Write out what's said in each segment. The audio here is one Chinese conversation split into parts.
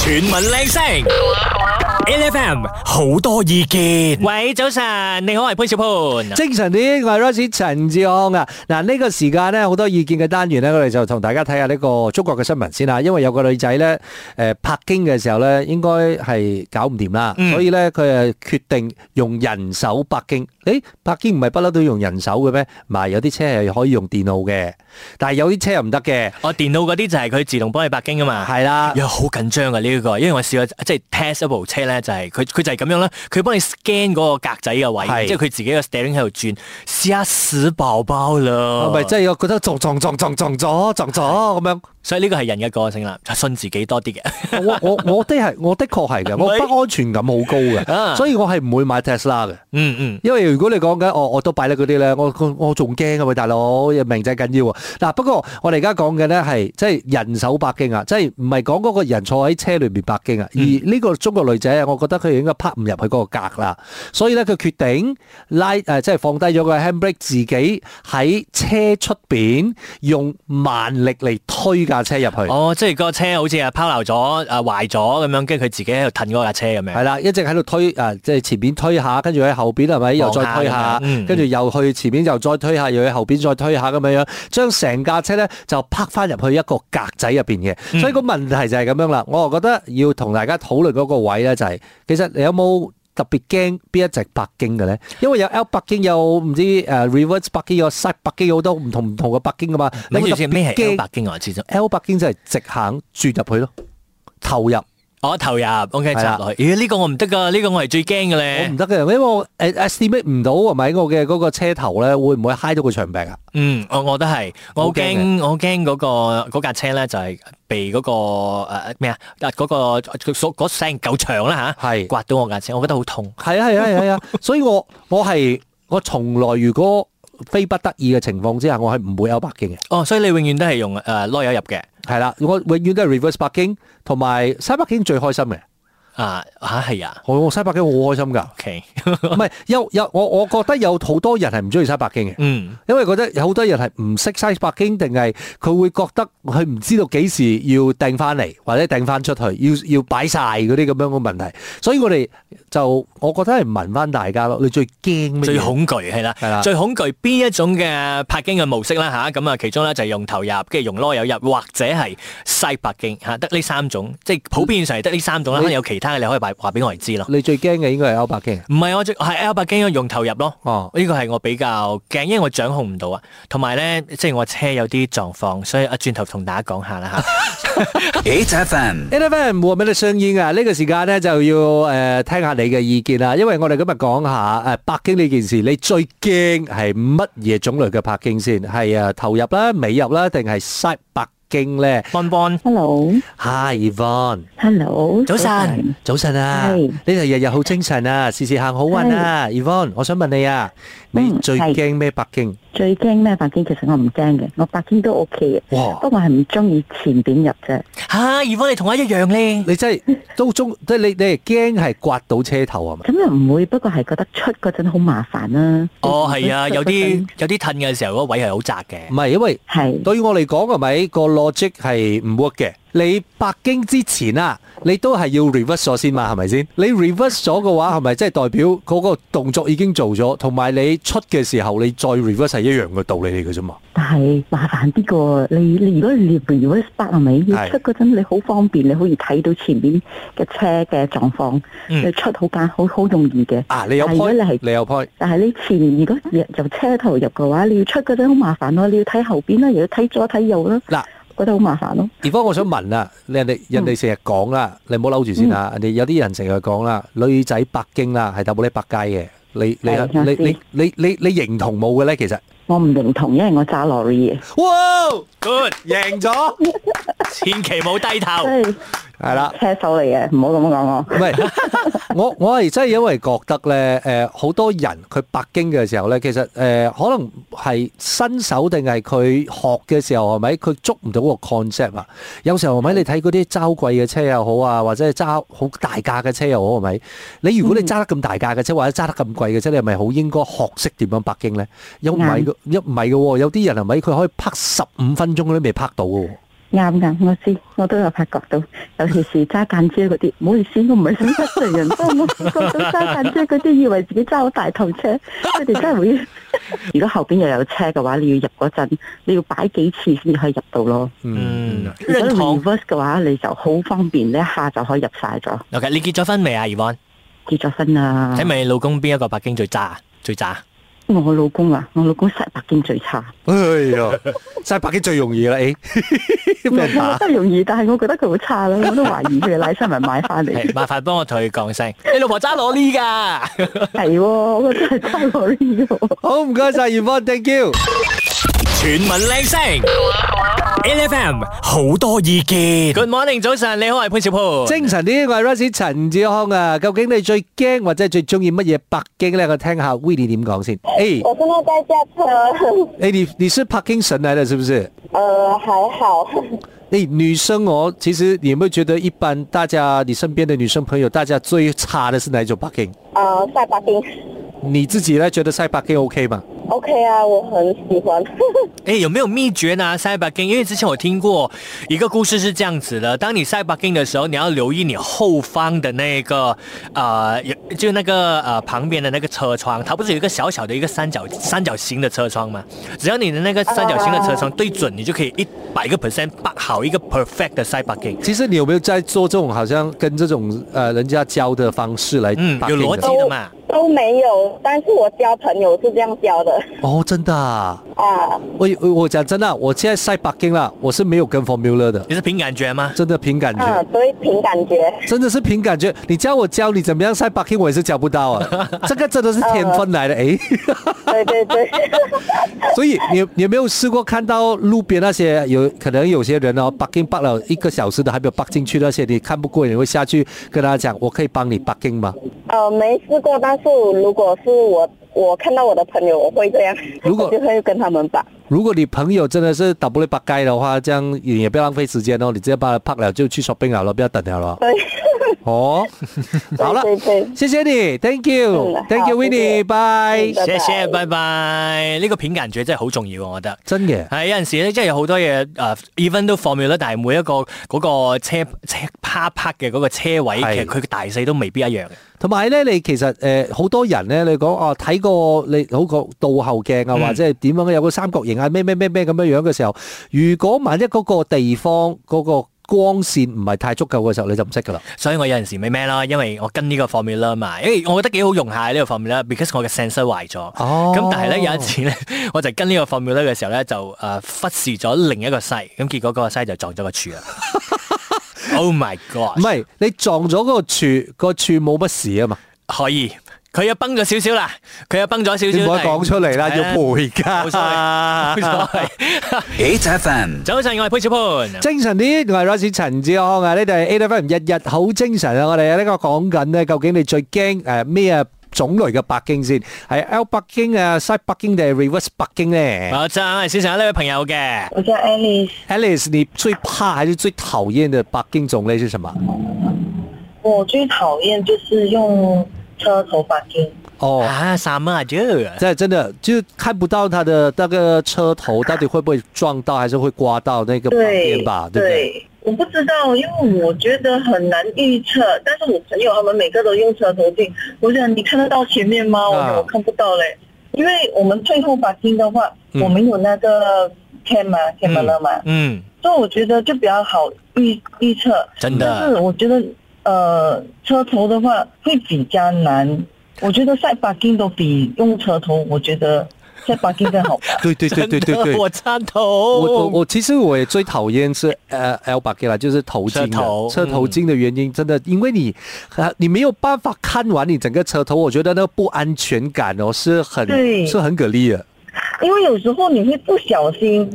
全民靚聲，LFM 好多意見。喂，早晨，你好，係潘小潘。 精神啲，我係 Rosie 陳志昂啊！嗱，呢個時間咧好多意見嘅單元咧，我哋就同大家睇下呢個中國嘅新聞先啦。因為有個女仔咧，誒拍經嘅時候咧，應該係搞唔掂啦，所以咧佢誒決定用人手拍經。誒，拍經唔係不嬲都要用人手嘅咩？唔係，有啲車係可以用電腦嘅，但係有啲車又唔得嘅，我電腦嗰啲就係佢自動幫你白經噶嘛。係啊啦。又好緊張啊！呢、個，因為我試過即係 test 一部車咧，就係佢佢就係咁樣啦，佢幫你 scan 嗰個格仔嘅位，係即係佢自己個 steering 喺度轉，嚇死寶寶啦！我啊咪真係我覺得撞撞撞撞撞咗撞咗咁樣， 所以呢個係人嘅個性啦，信自己多啲嘅。我我我的係我的確係嘅，我不安全感好高啊嘅，所以我係唔會買 Tesla 嘅。 嗯嗯，因為如果你講緊我我都擺咧嗰啲咧，我我我仲驚啊喂大佬，命仔緊要啊！嗱，不過我哋而家講嘅咧係即係人手百經啊，即係唔係講嗰個人坐喺車裏面百經啊，而呢個中國女仔，我覺得佢應該拍唔入去嗰個格啦，所以咧佢決定拉誒、呃即係放低咗個 handbrake，自己喺車出邊用萬力嚟推架車入去。哦，即係個車好似係拋流咗、啊壞咗咁樣，跟住佢自己喺度褪嗰架車咁係樣。啦，一直喺度推啊，即係前邊推下，跟住喺後邊係咪又再推望下下咁樣嗯，跟住又去前邊又再推下，又去後邊再推下咁樣樣，將成架車咧就拍翻入去一個格仔入邊嗯嘅。所以個問題就係咁樣啦，我又覺得要同大家討論嗰個位咧，就係其實你有冇？特別驚邊一隻北京嘅咧？因為有 L 北京，有唔知誒 reverse 北京，有 side 北京，有好多唔同唔同嘅北京噶嘛。嗯你你會住特先，咩別係 L 驚白經我知道。 L 北京就係直行轉入去咯，投入。我投哦入，OK 係啦插落去。咦？呢個我唔得噶，呢個我係最驚嘅我咧唔。得嘅，因為我誒 estimate 唔到係咪我嘅嗰個車頭咧，會唔會嗨到個牆壁啊？嗯，我我都係，我好好驚驚，我好驚嗰個嗰架車咧就係被嗰個誒咩啊啊嗰個佢所嗰聲夠長啦吓，係刮到我架車，我覺得好痛。係啊係啊係啊， 所以我我係我從來如果非不得已嘅情況之下，我係唔會有 p a 嘅。哦，所以你永遠都係用誒攞油入嘅係啦，我永遠都係 reverse parking 同埋 side parking 最開心嘅。啊吓係啊我我 side parking 好開心㗎， ，OK，唔係有有我我覺得有好多人係唔中意 side parking 嘅。嗯因為覺得有好多人係唔識 size 北京，定係佢會覺得佢唔知道幾時要掟翻嚟，或者掟翻出去，要要擺晒嗰啲咁樣嘅問題。所以我哋就我覺得係問翻大家咯，你最驚咩？嗯最恐懼係啦，係啦最恐懼邊一種嘅拍經嘅模式啦吓，咁啊其中咧就係用投入，跟住用攞油入，或者係西白經吓，得呢三種，即係普遍上係得呢三種啦，你可能有其他嘅你可以話話俾我哋知咯。你最驚嘅應該係歐北京。唔係我最係 L 白經用投入咯。哦，呢個係我比較驚，因為我掌控唔到啊，同埋咧，即係我車有啲狀況，所以啊，轉頭同大家講下啦嚇。 HFM N F M 和美的聲音啊，呢、個時間咧就要誒、呃、聽下你嘅意見啦，因為我哋今日講下誒北京呢件事，你最驚係乜嘢種類嘅北京先？係誒投入啦、尾入啦，定係 side 北京咧邦邦， Hello，Hello， ？Hi Evan。早晨，早晨啊，係你就日日好精神啊，事事行好運啊，Yvonne，我想問你啊，你嗯最係驚咩北京？最驚咩白堅？其實我唔驚嘅，我白堅都 O K 嘅，哇不過係唔中意前邊入啫。嚇，如果你同我一樣 咧，你真係都中，即係你你係驚係刮到車頭係咪？咁又唔會，不過係覺得出嗰陣好麻煩啦。哦係啊，出嗰有陣 啲有啲褪嘅時候，嗰個位係好窄唔嘅。係，因為係對於我嚟講係咪個 logic 係唔 work 嘅？你北京之前啊，你都係要 reverse 咗先嘛，係咪先？你 reverse 咗嘅話，係咪即係代表嗰個動作已經做咗，同埋你出嘅時候你再 reverse 係一樣嘅道理嚟嘅啫嘛？但係麻煩啲嘅喎。你你如果你 reverse 八係咪？要係出嗰陣你好方便，你可以睇到前面嘅車嘅狀況，嗯你出好簡好好容易嘅。啊，你有係如果你 point，係你有 point。但係你前如果入由車頭入嘅話，你要出嗰陣好麻煩咯，你要睇後邊啦，又要睇左睇右啦，嗱。覺得好麻煩咯。而方我想問啊，你人哋人哋成日講啦，你唔好嬲住先啊！人哋有啲人成日講啦，女仔北京啦，係搭冇呢百佳嘅，你你係我知你你你你你認同冇嘅咧？其實，我唔認同，因為我揸 lorry 嘅。哇， Good，贏咗，千祈冇低頭。即係係啦。車手嚟嘅，唔好咁講我。唔係， 我我係真係因為覺得咧，誒、好多人佢北京嘅時候咧，其實誒、呃可能係新手定係佢學嘅時候係咪佢捉唔到個 concept 啊？有時候係咪你睇嗰啲揸貴嘅車又好啊，或者係揸好大架嘅車又好係咪？你如果你揸得咁大架嘅車或者揸得咁貴嘅車，你係咪好應該學識點樣北京咧？又唔係嘅，又唔係嘅喎，有啲人係咪佢可以拍十五分鐘都未拍到嘅喎？啱啱，我知，我都有發覺到，尤其是揸間車嗰啲，唔好意思，我唔係想得罪人，不過我 發覺到揸間車嗰啲以為自己揸好大頭車，佢哋真係會。 如果後邊又有車嘅話，你要入嗰陣，你要擺幾次先至可以入到咯。 嗯，如果認同。 reverse 嘅話，你就好方便，你一下就可以入晒咗。 OK，你結啊咗婚未啊，Evan？結咗婚啦睇，埋你老公邊一個北京最渣啊？最渣 啊？我老公啊，我老公晒白肩最差，哎 呀，晒白機最容易啦， 誒，俾我覺人得打。真係容易，但係我覺得佢好差啦，我都懷疑佢係奶新聞買翻嚟。係麻煩幫我同佢講聲，你老婆渣攞呢 㗎。係喎，我真係差過呢個。好，唔該晒，葉芳，thank you。啊全民靚聲，LFM 好多意見。 Good morning，早晨，你好，係潘小鋪。精神啲，我係 Rice 陳志康啊。究竟你最驚或者係最中意乜嘢北京咧？我聽下 w i l l i 點講先。哦誒、我现在在驾车，哎，你你是 parking 神来的，是不是？呃，还好，哎，女生哦，其实你有没有觉得一般大家你身边的女生朋友，大家最差的是哪一种 parking？呃，赛巴丁你自己呢觉得赛 parking OK 吗？ ，OK 啊，我很喜欢。哎，有没有秘诀呢？塞巴金，因为之前我听过一个故事是这样子的：当你塞巴金的时候，你要留意你后方的那个呃，有就那个呃旁边的那个车窗，它不是有一个小小的一个三角三角形的车窗吗？只要你的那个三角形的车窗对准，你就可以一百个 percent 把好一个 perfect 的塞巴金。其实你有没有在做这种好像跟这种呃人家教的方式来嗯 parking 有逻辑的记得嘛都都没有，但是我交朋友是这样交的哦，真的、啊，啊，我我我讲真的啊、我现在赛 parking 啦，我是没有跟 formula 的，你是凭感觉吗？真的凭感觉。嗯，所以凭感觉，真的是凭感觉，你叫我教你怎么样晒 bucking，我也是教不到啊。 这个真的是天分来的诶。嗯对对对， 所以你你有没有试过看到路边那些有可能有些人哦 bucking buck 了一个小时的还没有 buck 进去那些，你看不过你会下去跟他讲，我可以帮你 bucking 吗？呃，没试过，但是如果是我，我看到我的朋友，我会这样，如果我就会跟他们把，如果你朋友真的是打不了 buck 的话，这样你也不要浪费时间哦，你直接把他 buck 了就去 shopping 了咯，不要等了咯。对，哦，好了 对对，谢谢你，thank 嗯好 you，thank 谢 you 谢嗯 Winnie，拜。拜拜谢谢，拜拜。呢個片感覺真係好重要，我覺得。真嘅。係有陣時咧，即係有好多嘢誒、e v e n 都 formula，但係每一個嗰個車車啪啪嘅嗰個車位，係其實佢大細都未必一樣嘅。同埋咧，你其實誒好、多人咧，你講哦睇個你好個倒後鏡啊，嗯或者係點樣有個三角形啊，咩咩咩咩咁樣樣嘅時候，如果萬一嗰個地方嗰、個光線唔係太足夠嘅時候，你就唔識噶啦。所以我有陣時咪咩啦，因為我跟呢個 formula 嘛，因為我覺得幾好用下呢個 formula，because 我嘅 sensor 壞咗。哦咁但係咧有一次咧，我就跟呢 個 formula 嘅時候咧，就誒、忽視咗另一個西，咁結果嗰個西就撞咗個柱 啦。oh my 唔 god！係你撞咗個柱，個柱冇乜事啊嘛，可以，佢又崩咗少少啦，佢又崩咗少你少。唔可以講出嚟啦，係要啊賠㗎。冇所 謂，冇所謂。 8FM，早晨，我係潘小潘。精神啲，我係 Rosie 陳志康啊！呢度係 A F M 日日好精神啊！我哋呢個講緊咧，究竟你最驚誒咩啊種類嘅北京先？係 L 北京啊、西北京定係 Reverse 北京咧好，真係先生呢位朋友嘅，我叫 Alice， ？Alice，你最怕還是最討厭的北京種類是什麼？我最讨厌就是用车头把丁。哦，啊，什麼啊啫？真係真的就看不到它的那個車頭到底會不會撞到，還是會刮到那個旁对邊吧？對不對？我不知道，因为我觉得很难预测。但是我朋友他们每个都用车头镜，我想你看得到前面吗？我啊说我看不到嘞，因为我们退后把镜的话，嗯我们有那个 camera camera 嘛，嗯，所以我觉得就比较好预预测。真但是的。我觉得呃，车头的话会比较难。我觉得赛把镜都比用车头，我觉得赛把镜更好吧。對對對對對真的 對。我贊同。我哦我我其实我也最讨厌是呃 L 八 K 啦，就是头巾车的头嗯车头巾的原因，真的，因为你呃你没有办法看完你整个车头，我觉得那个不安全感哦是很对是很给力的。因为有时候你会不小心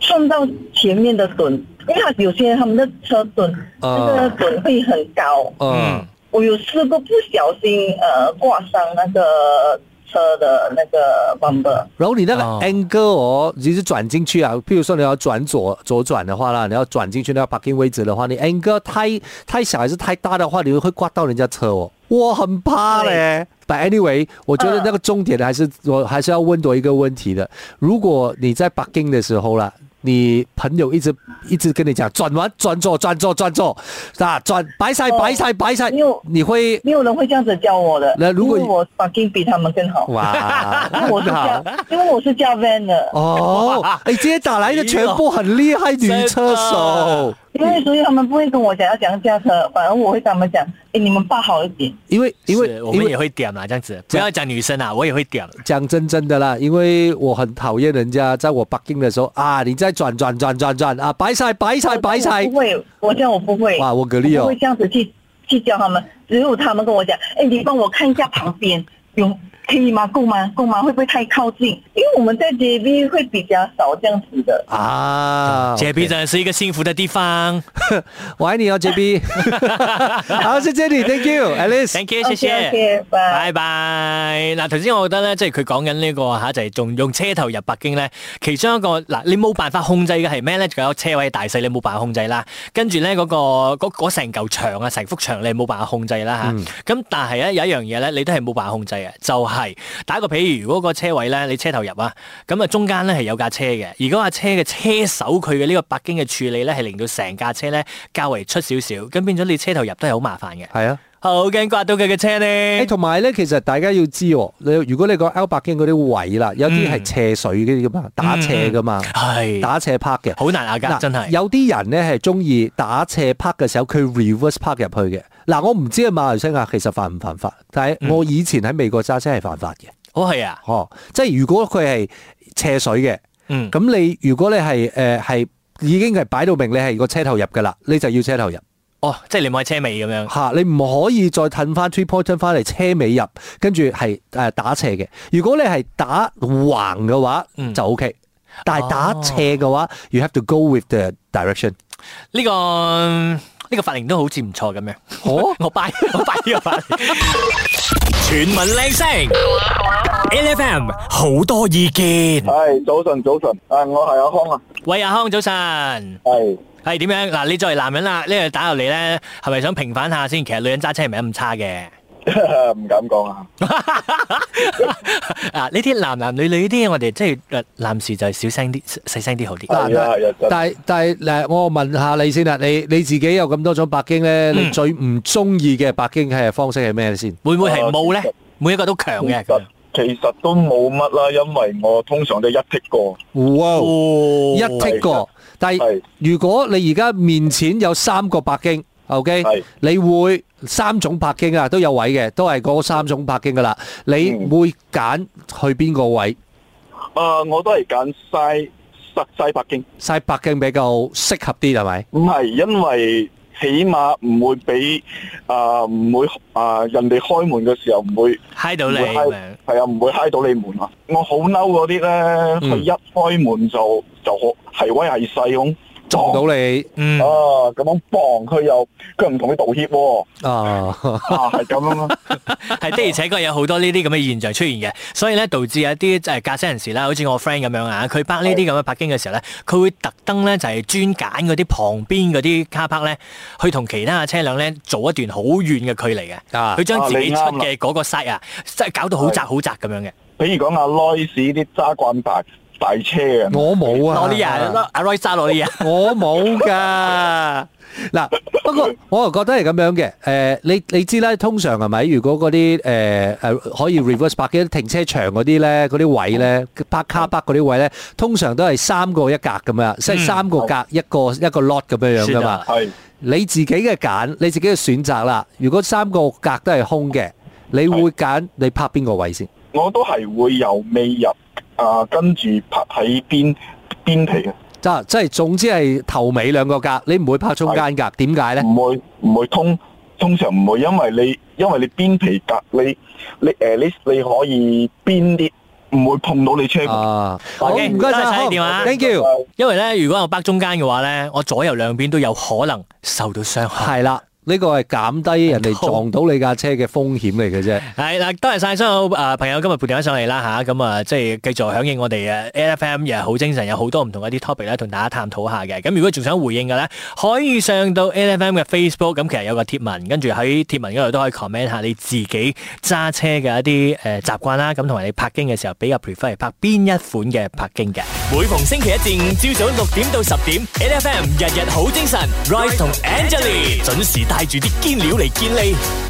撞到前面的墩，因为他有些人他们的车墩、啊那个墩会很高，嗯嗯，我有试过不小心呃挂伤那个车的那个 bumper，然后你那个哦 angle 哦，你是转进去啊，譬如说你要转左左转的话啦，你要转进去那个 parking 位置的话，你 angle 太太小还是太大的话，你会刮到人家车哦。我很怕嘞。But anyway，我觉呃得那个重点还是、我还是要问多一个问题的。如果你在 parking 的时候啦，你朋友一直一直跟你讲转弯、转左、转左、转左，啊，转白晒、哦白晒、白晒没有，你会没有人会这样子教我的。那如果因为我 parking 比他们更好，哇， 因为我是很好 驾，因为为我是驾 van 的，哦，哎，今天打来的全部很厉害女车手，因为所以他们不会跟我讲要怎样驾车，反而我会跟他们讲，哎，你们爸好一点。因为因为是我因们为也会点啦，这样子，不要讲女生啊，我也会点。讲真真的啦，因为我很讨厌人家在我 b u g 的时候啊，你在转转转转转啊，白晒白晒白我晒不，会，我这样我不会。哇，我格力我哦不会，这样子去去教他们，只有他们跟我讲，哎，你帮我看一下旁边有可以吗？够吗？够吗？会不会太靠近？因为我们在 JB 会比较少这样子的。啊姐 B 真的是一个幸福的地 方我爱你哦，JB，好，谢谢你，Thank you，Alice。 ，thank you，谢谢。 OK，拜。拜拜！嗱，頭先我覺得咧，即係佢講緊呢個啊嚇，就係仲用車頭入北京咧，其中一個嗱，你冇辦法控制嘅係咩咧？仲有車位大細，你冇辦法控制啦。跟住咧嗰個嗰嗰成嚿牆啊，成幅牆你冇辦法控制啦嚇。咁、但係咧有一樣嘢咧，你都係冇辦法控制嘅，就係、打個譬如，如果個車位咧你車頭入啊，咁啊中間咧係有架車嘅，而嗰架車嘅車手佢嘅呢個北京嘅處理咧係令到成架車咧較為出少少，咁變咗你車頭入都係好麻煩嘅，系啊，哎好驚刮到佢嘅車咧。誒同埋咧，其實大家要知喎，你如果你講 L 百京嗰啲位啦，有啲嗯係斜水嘅嘛，打斜噶嘛，系打斜 park 嘅。哎好難啊！噶，真係有啲人咧係中意打斜 park 嘅時候，佢 reverse park 入去嘅。嗱，我唔知喺馬來西亞其實犯唔犯法，但嗯係我以前喺美國揸車係犯法嘅，哦係啊，哦，即係如果佢係斜水嘅，嗯，咁你如果你係誒係已經係擺到明你係個車頭入㗎啦，你就要車頭入。哦，即係你冇喺車尾咁樣，嚇、你唔可以再褪翻 three point turn 翻嚟車尾入，跟住係誒打斜嘅。如果你係打橫嘅話，嗯哦就 OK。但係打斜嘅話、y o u have to go with the direction。呢個嗯呢個髮型都好似唔錯咁樣，哦 我拜我拜呢個髮 型。全民靚聲，L F M 好多意見。系早晨，早晨，啊，我系阿康啊，喂，阿康早晨，系係點樣？嗱，你作為男人啦，呢個打入嚟咧，係咪想平反下先？其實女人揸車係咪咁差嘅？ 唔敢讲啊，啊，呢啲男男女女呢啲，我哋即係呃男士就係小聲啲、細聲啲好啲。係啊係啊真係但係但係嗱，我問下你先啦，你你自己有咁多種白經咧，你最唔中意嘅白經係方式係咩先？會唔會係冇咧？每一個都強其嘅咁樣實其实都冇乜啦，因为我通常都一剔过，哇！哦一剔過，但係係如果你而家面前有三個白經 o k 係你會三種白經啊，都有位嘅，都係嗰三種白經噶啦。你嗯會揀去邊個位？啊，我都系拣西西西北京，晒白經比較適合啲係咪？唔系因为起码唔会俾啊唔会啊人哋开门嘅时候唔会。嗨到你咁樣，系啊，唔會揩到你門啊！我好嬲嗰啲咧，佢、一開門就就好係威係勢咁撞到你嗯，啊，咁樣磅佢又佢唔同你道歉 喎、啊！啊係咁樣啦，係 的，而且確有好多呢啲咁嘅現象出現嘅，所以咧導致有一啲誒駕駛人士啦，好似我 friend 咁樣啊，佢拍呢啲咁嘅拍經嘅時候咧，佢會特登咧就係專揀嗰啲旁邊嗰啲卡拍咧，去同其他嘅車輛咧做一段好遠嘅距離嘅，啊佢將自己出啊你啱啦嘅嗰個 side 啊，即係搞到好窄好窄咁樣嘅。譬如講阿 Lois 啲揸慣大大車嘅，我冇啊，攞啲人，阿 Roy 揸攞啲人，我冇噶。嗱，不過我又覺得係咁樣嘅。誒、你你知啦，通常係咪？如果嗰啲誒誒可以 reverse park 嘅停車場嗰啲咧，嗰啲位咧，拍卡北嗰啲位咧，通常都係三個一格咁樣，即係三個格一個一個 lot 咁樣樣噶嘛。係你自己嘅揀，你自己嘅選擇啦。如果三個格都係空嘅，你會揀你拍邊個位先？我都係會由尾入啊，跟住拍喺邊邊皮嘅，即係即係總之係頭尾兩個格，你唔會拍中間格。點解咧？唔會唔會通通常唔會，因為你因為你邊皮隔你你誒你你可以邊啲唔會碰到你車門。啊，好 OK，唔該多晒謝晒康你電話，thank you。因為咧如果我北中間嘅話咧，我左右兩邊都有可能受到傷害。係啦，呢個係減低人哋撞到你架車嘅風險嚟嘅啫。系嗱，多謝晒所有誒朋友今日撥電話上嚟啦吓，咁啊即係繼續響應我哋呃嘅 LFM 又好精神，有好多唔同嘅一啲 topic 咧，同大家探討下嘅。咁如果仲想回應嘅咧，可以上到 LFM 嘅 Facebook，咁其實有個貼文，跟住喺貼文嗰度都可以 comment 下你自己揸車嘅一啲誒習慣啦，咁同埋你泊經嘅時候比較 prefer 係泊邊一款嘅泊經嘅。每逢星期一至五朝早六點到十點，NFM 日日好精神，Rise 同 Angelie 準時帶住啲堅料嚟健利。